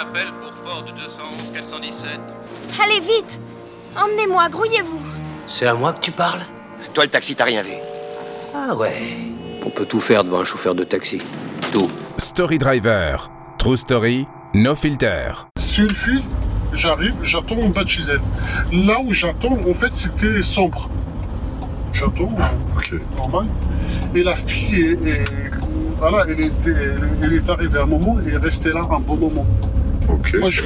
appel pour Ford 211 417. Allez vite Emmenez-moi, grouillez-vous C'est à moi que tu parles Toi, le taxi, t'as rien vu. Ah ouais. On peut tout faire devant un chauffeur de taxi. Tout. Story Driver. True Story. No filter. C'est une fuite, j'arrive, j'attends en bas de chez elle. Là où j'attends, en fait, c'était sombre. J'attends, Ok. normal. Et la fille, est, est- voilà, elle, était, elle, elle est arrivée à un moment et est restée là un bon moment. Ok. Moi, je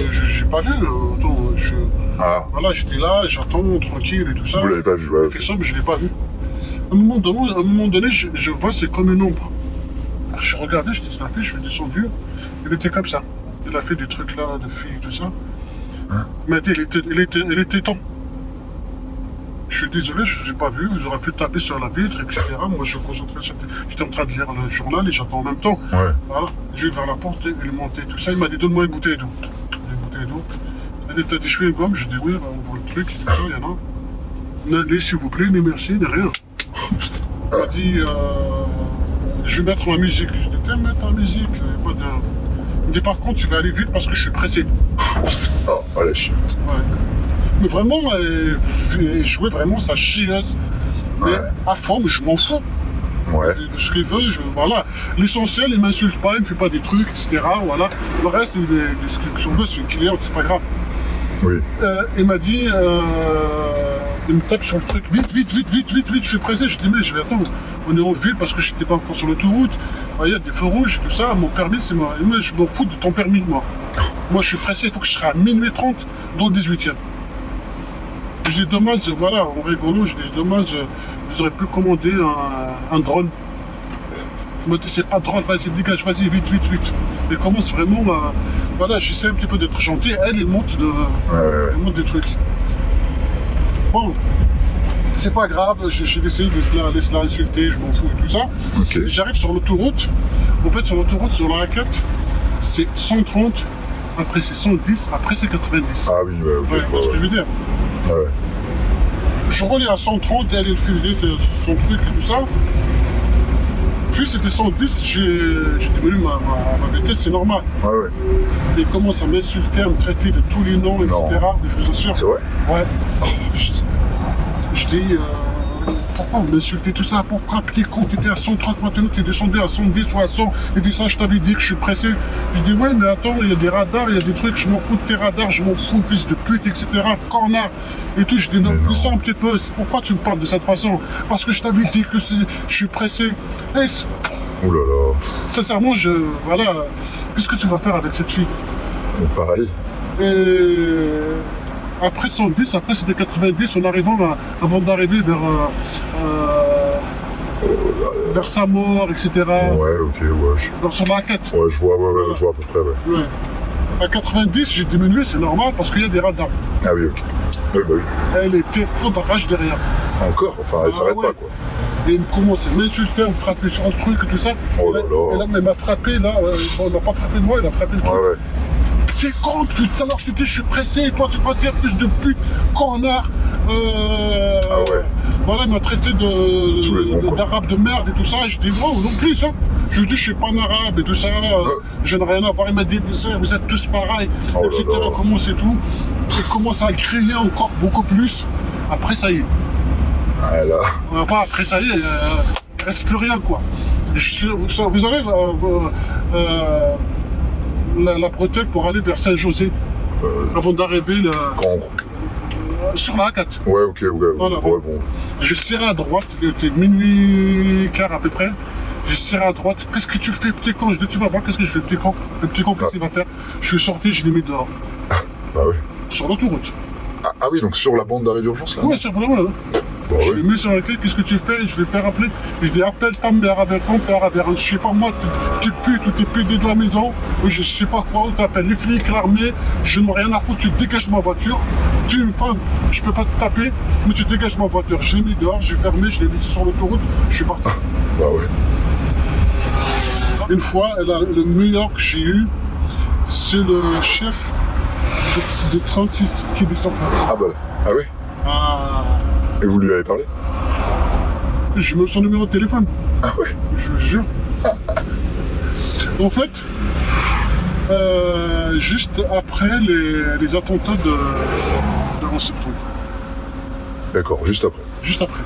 n'ai pas vu. euh, attends, je, Ah, voilà, j'étais là, j'attends, tranquille et tout ça. vous l'avez pas vu. ouais, Il fait sombre, je ne l'ai pas vu. À un moment donné, à un moment donné, je, je vois, c'est comme une ombre. Je regardais, j'étais sur la fille, je suis descendu. Elle était comme ça. Elle a fait des trucs là, de filles, tout ça. Mais elle était, elle était, elle était temps. Je suis désolé, je n'ai pas vu, vous aurez pu taper sur la vitre, etc. Moi, je me concentrais sur... J'étais en train de lire le journal et j'attends en même temps. Ouais. Voilà, j'ai ouvert la porte, il est monté, tout ça. Il m'a dit, donne-moi une bouteille d'eau. Une bouteille d'eau. Elle était des cheveux gomme, je dis oui, bah, on voit le truc, tout ça, il y en a. N'allez, s'il vous plaît, ni merci, ni rien. Il m'a dit, euh, je vais mettre ma musique. Je dis, tiens, mets ta musique. il y a pas de- Il me dit, par contre, tu vas aller vite parce que je suis pressé. Oh, oh la chute. Ouais. Mais vraiment, euh, elle, elle jouait vraiment sa chieuse. Mais Ouais. à fond, mais je m'en fous. Ouais. Je fais Ce qu'il veut, je, voilà. L'essentiel, il m'insulte pas, il me fait pas des trucs, etc. Voilà. Le reste, il est- il est ce qu'il- ce qu'on veut, c'est une cliente, c'est pas grave. Oui. Euh, il m'a dit, euh, il me tape sur le truc, vite, vite, vite, vite, vite, vite, je suis pressé. Je dis, mais je vais attendre, on est en ville parce que j'étais pas encore sur l'autoroute. Ah, Il y a des feux rouges, tout ça, mon permis, c'est moi. Et moi, je m'en fous de ton permis, moi. Moi, je suis pressé, il faut que je serai à minuit 30 dans le 18 e Je dis, dommage, voilà, en rigolant, je dis, dommage, euh, vous aurez pu commander un, un drone. Il m'a dit, c'est pas drôle, vas-y, dégage, vas-y, vite, vite, vite. Et commence vraiment à. Voilà, j'essaie un petit peu d'être gentil. Elle, elle monte de. Ouais, ouais, ouais. Il montre des trucs. Bon, c'est pas grave, j'ai j'ai essayé de se la, de se la insulter, je m'en fous et tout ça. Ok. Et J'arrive sur l'autoroute. En fait, sur l'autoroute, sur la A4, c'est 130, après c'est 110, après c'est 90. Ah oui, ouais, ok. Ouais, ouais, tu vois ce que je veux dire. ouais, ouais. Je roulais à 130, elle elle faisait ce- son truc et tout ça. Puis c'était 110, j'ai j'ai diminué ma, ma, ma vitesse, c'est normal. Ouais, ouais. Il commence à m'insulter, à me traiter de tous les noms, etc. Non. Je vous assure. C'est vrai Ouais. Oh, Je dis, euh, pourquoi vous m'insultez tout ça Pourquoi, petit con, t'étais à 130, maintenant t'es descendu à 110 ou à 100 Et dis ça, je t'avais dit que je suis pressé. Je dis, ouais, mais attends, il y a des radars, il y a des trucs, je m'en fous de tes radars, je m'en fous, fils de pute, etc. Cornard Et tout, je dis, non, Mais non. descends un petit peu, euh, c'est pourquoi tu me parles de cette façon Parce que je t'avais dit que c'est- je suis pressé. Eh, c'est- Ouh là là. Pff, sincèrement, je. Voilà, qu'est-ce que tu vas faire avec cette fille mais pareil. et après 110, après c'était 90, en arrivant à- avant d'arriver vers, euh, euh, vers sa mort, etc. Ouais, ok, ouais. Je, Dans son maquette. ouais, je vois, ouais, ouais, je vois à peu près, ouais. Ouais. À 90, j'ai diminué, c'est normal, parce qu'il y a des radars. Ah oui, ok. Ouais, bah oui. Elle était foudrage derrière. Encore Enfin, elle Ah s'arrête ouais. pas, quoi. Et il commence à m'insulter, à me frapper sur le truc et tout ça. Oh là Et là. et là, mais elle m'a frappé, là. euh, bon, elle m'a pas frappé de moi, elle a frappé le truc. Ouais, ouais. T'es con, depuis tout à l'heure, je t'ai dit, je suis pressé, et toi, tu vas dire plus de pute, connard. Euh... Ah ouais. Voilà, il m'a traité Tous les noms, de quoi. d'arabe de merde et tout ça. Je dis, wow, non plus, hein. Je lui dis, je suis pas un arabe et tout ça. euh, Je n'ai rien à voir. Il m'a dit, vous êtes- vous êtes tous pareils, Oh là etc. là. Comment c'est tout Il commence à crier encore beaucoup plus. Après, ça y est. Ah là. Euh, Pas après, ça y est, euh, il reste plus rien, quoi. Je suis- vous, ça- vous avez la, euh, euh, la, la bretelle pour aller vers Saint-José Euh, avant d'arriver là, Grand. sur la A4. Ouais, ok, ouais. Voilà. Ouais, bon. Je serré à droite, c'était minuit quart à peu près. J'ai serré à droite. Qu'est-ce que tu fais, petit con Je dis, tu vas voir, qu'est-ce que je fais, petit con Le petit con, qu'est-ce qu'il va faire Je suis sorti, je l'ai mis dehors, Bah ouais. sur l'autoroute. Ah, ah oui, donc sur la bande d'arrêt d'urgence, là Ouais, c'est vraiment. hein. Bah Je ouais. l'ai mis sur le clé, qu'est-ce que tu fais Je vais faire appeler. Je dis, appelle ta mère avec ton père, avec un- je sais pas moi, tu tu putes ou t'es pédé de la maison, ou je sais pas quoi, ou t'appelles les flics, l'armée, je n'ai rien à foutre, tu dégages ma voiture. Tu es une femme, je peux pas te taper, mais tu dégages ma voiture. Je l'ai mis dehors, j'ai fermé, je l'ai laissé sur l'autoroute, je suis parti. Bah ouais. Une fois, elle a- le meilleur que j'ai eu, c'est le chef de, de 36 qui descend. Ah bah là. Ah ouais Ah, Et vous lui avez parlé je me son numéro de téléphone. Ah ouais Je vous jure. en fait, euh, juste après les, les attentats de, de 11 septembre. D'accord, juste après. Juste après.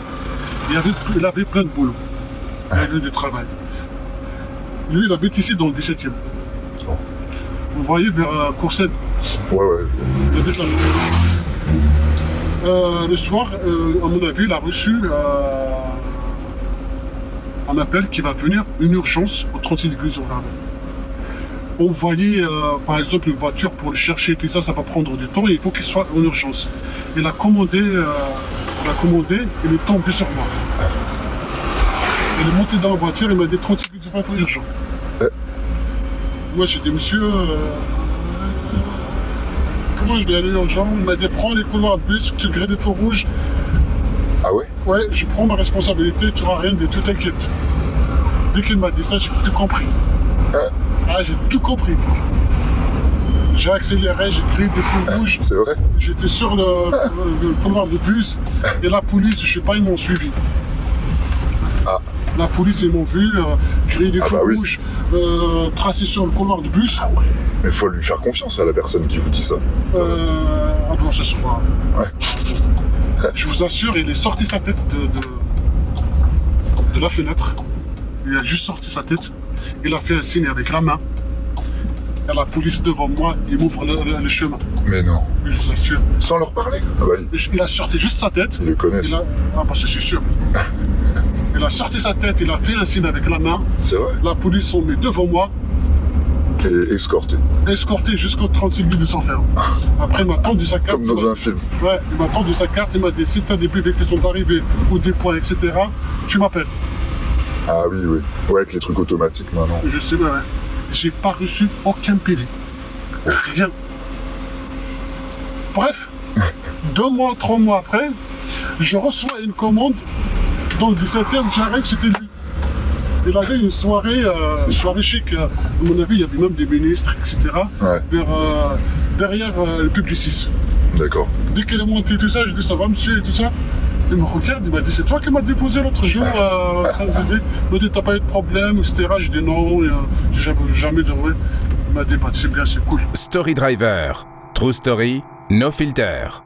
Il avait, il avait plein de boulot. Il avait du travail. Lui, il habite ici dans le 17 e Bon. Vous voyez vers euh, Courcelles. Ouais, ouais. Il habite là. Euh, le soir, euh, à mon avis, il a reçu euh, un appel qui va venir une urgence au 36 degrés sur Verdun. On voyait, euh, par exemple, une voiture pour le chercher, et tout ça, ça va prendre du temps, et il faut qu'il soit en urgence. Il a commandé, euh, il a commandé, il est tombé sur moi. Il est monté dans la voiture, il m'a dit 36 degrés sur Verdun, il faut urgent. Euh. Moi, j'ai dit, monsieur, euh, comment je vais aller urgent Il m'a dit, prends les couloirs de bus, tu grès des feux rouges, Ah ouais Ouais, je prends ma responsabilité, tu vois rien de tout, t'inquiète. Dès qu'il m'a dit ça, j'ai tout compris. Ah. Ah, j'ai tout compris. J'ai accéléré, j'ai crié des feux rouges, C'est vrai j'étais sur le, le- le couloir de bus et la police, je sais pas, ils m'ont suivi. Ah. La police, ils m'ont vu, euh, crier des Ah feux bah oui. rouges, euh, tracer sur le couloir de bus. Ah ouais. Mais faut lui faire confiance à la personne qui vous dit ça. Euh, ah bon, ce soir. Ouais. Euh, Je vous assure, il est sorti sa tête de, de, de la fenêtre. Il a juste sorti sa tête. Il a fait un signe avec la main. Et la police devant moi, il m'ouvre le, le- le chemin. Mais non. Je vous assure. Sans leur parler Ah bah, ils- Je- Il a sorti juste sa tête. ils le connaissent. Il a... Ah bah c'est sûr. Il a sorti sa tête, il a fait un signe avec la main. C'est vrai La police sont mis devant moi, Et escorté. escorté jusqu'au 36 buts de s'enfermer. Après, il m'a tendu sa carte. Ah. Comme il m'a- dans un film. Ouais, il m'a tendu sa carte, il m'a dit si t'as des bébés qui sont arrivés ou des points, etc., tu m'appelles. Ah oui, oui. Ouais, avec les trucs automatiques maintenant. Je sais bien, ouais. J'ai pas reçu aucun PV. Rien. Bref, deux mois, trois mois après, je reçois une commande. Dans le 17e, j'arrive, c'était lui. Il avait une soirée, euh, soirée chic. euh, À mon avis, il y avait même des ministres, etc. Ouais. Vers, euh, derrière euh, le publiciste. D'accord. Dès qu'elle est montée, tout ça, je dis ça va, monsieur, et tout ça. Il me regarde, il m'a dit c'est toi qui m'as déposé l'autre jour euh, en train de m'aider. Il m'a dit t'as pas eu de problème, etc. Je dis non, euh, j'ai jamais, jamais de vrai. Il m'a dit bah, c'est bien, c'est cool. Story Driver, True Story, No Filter.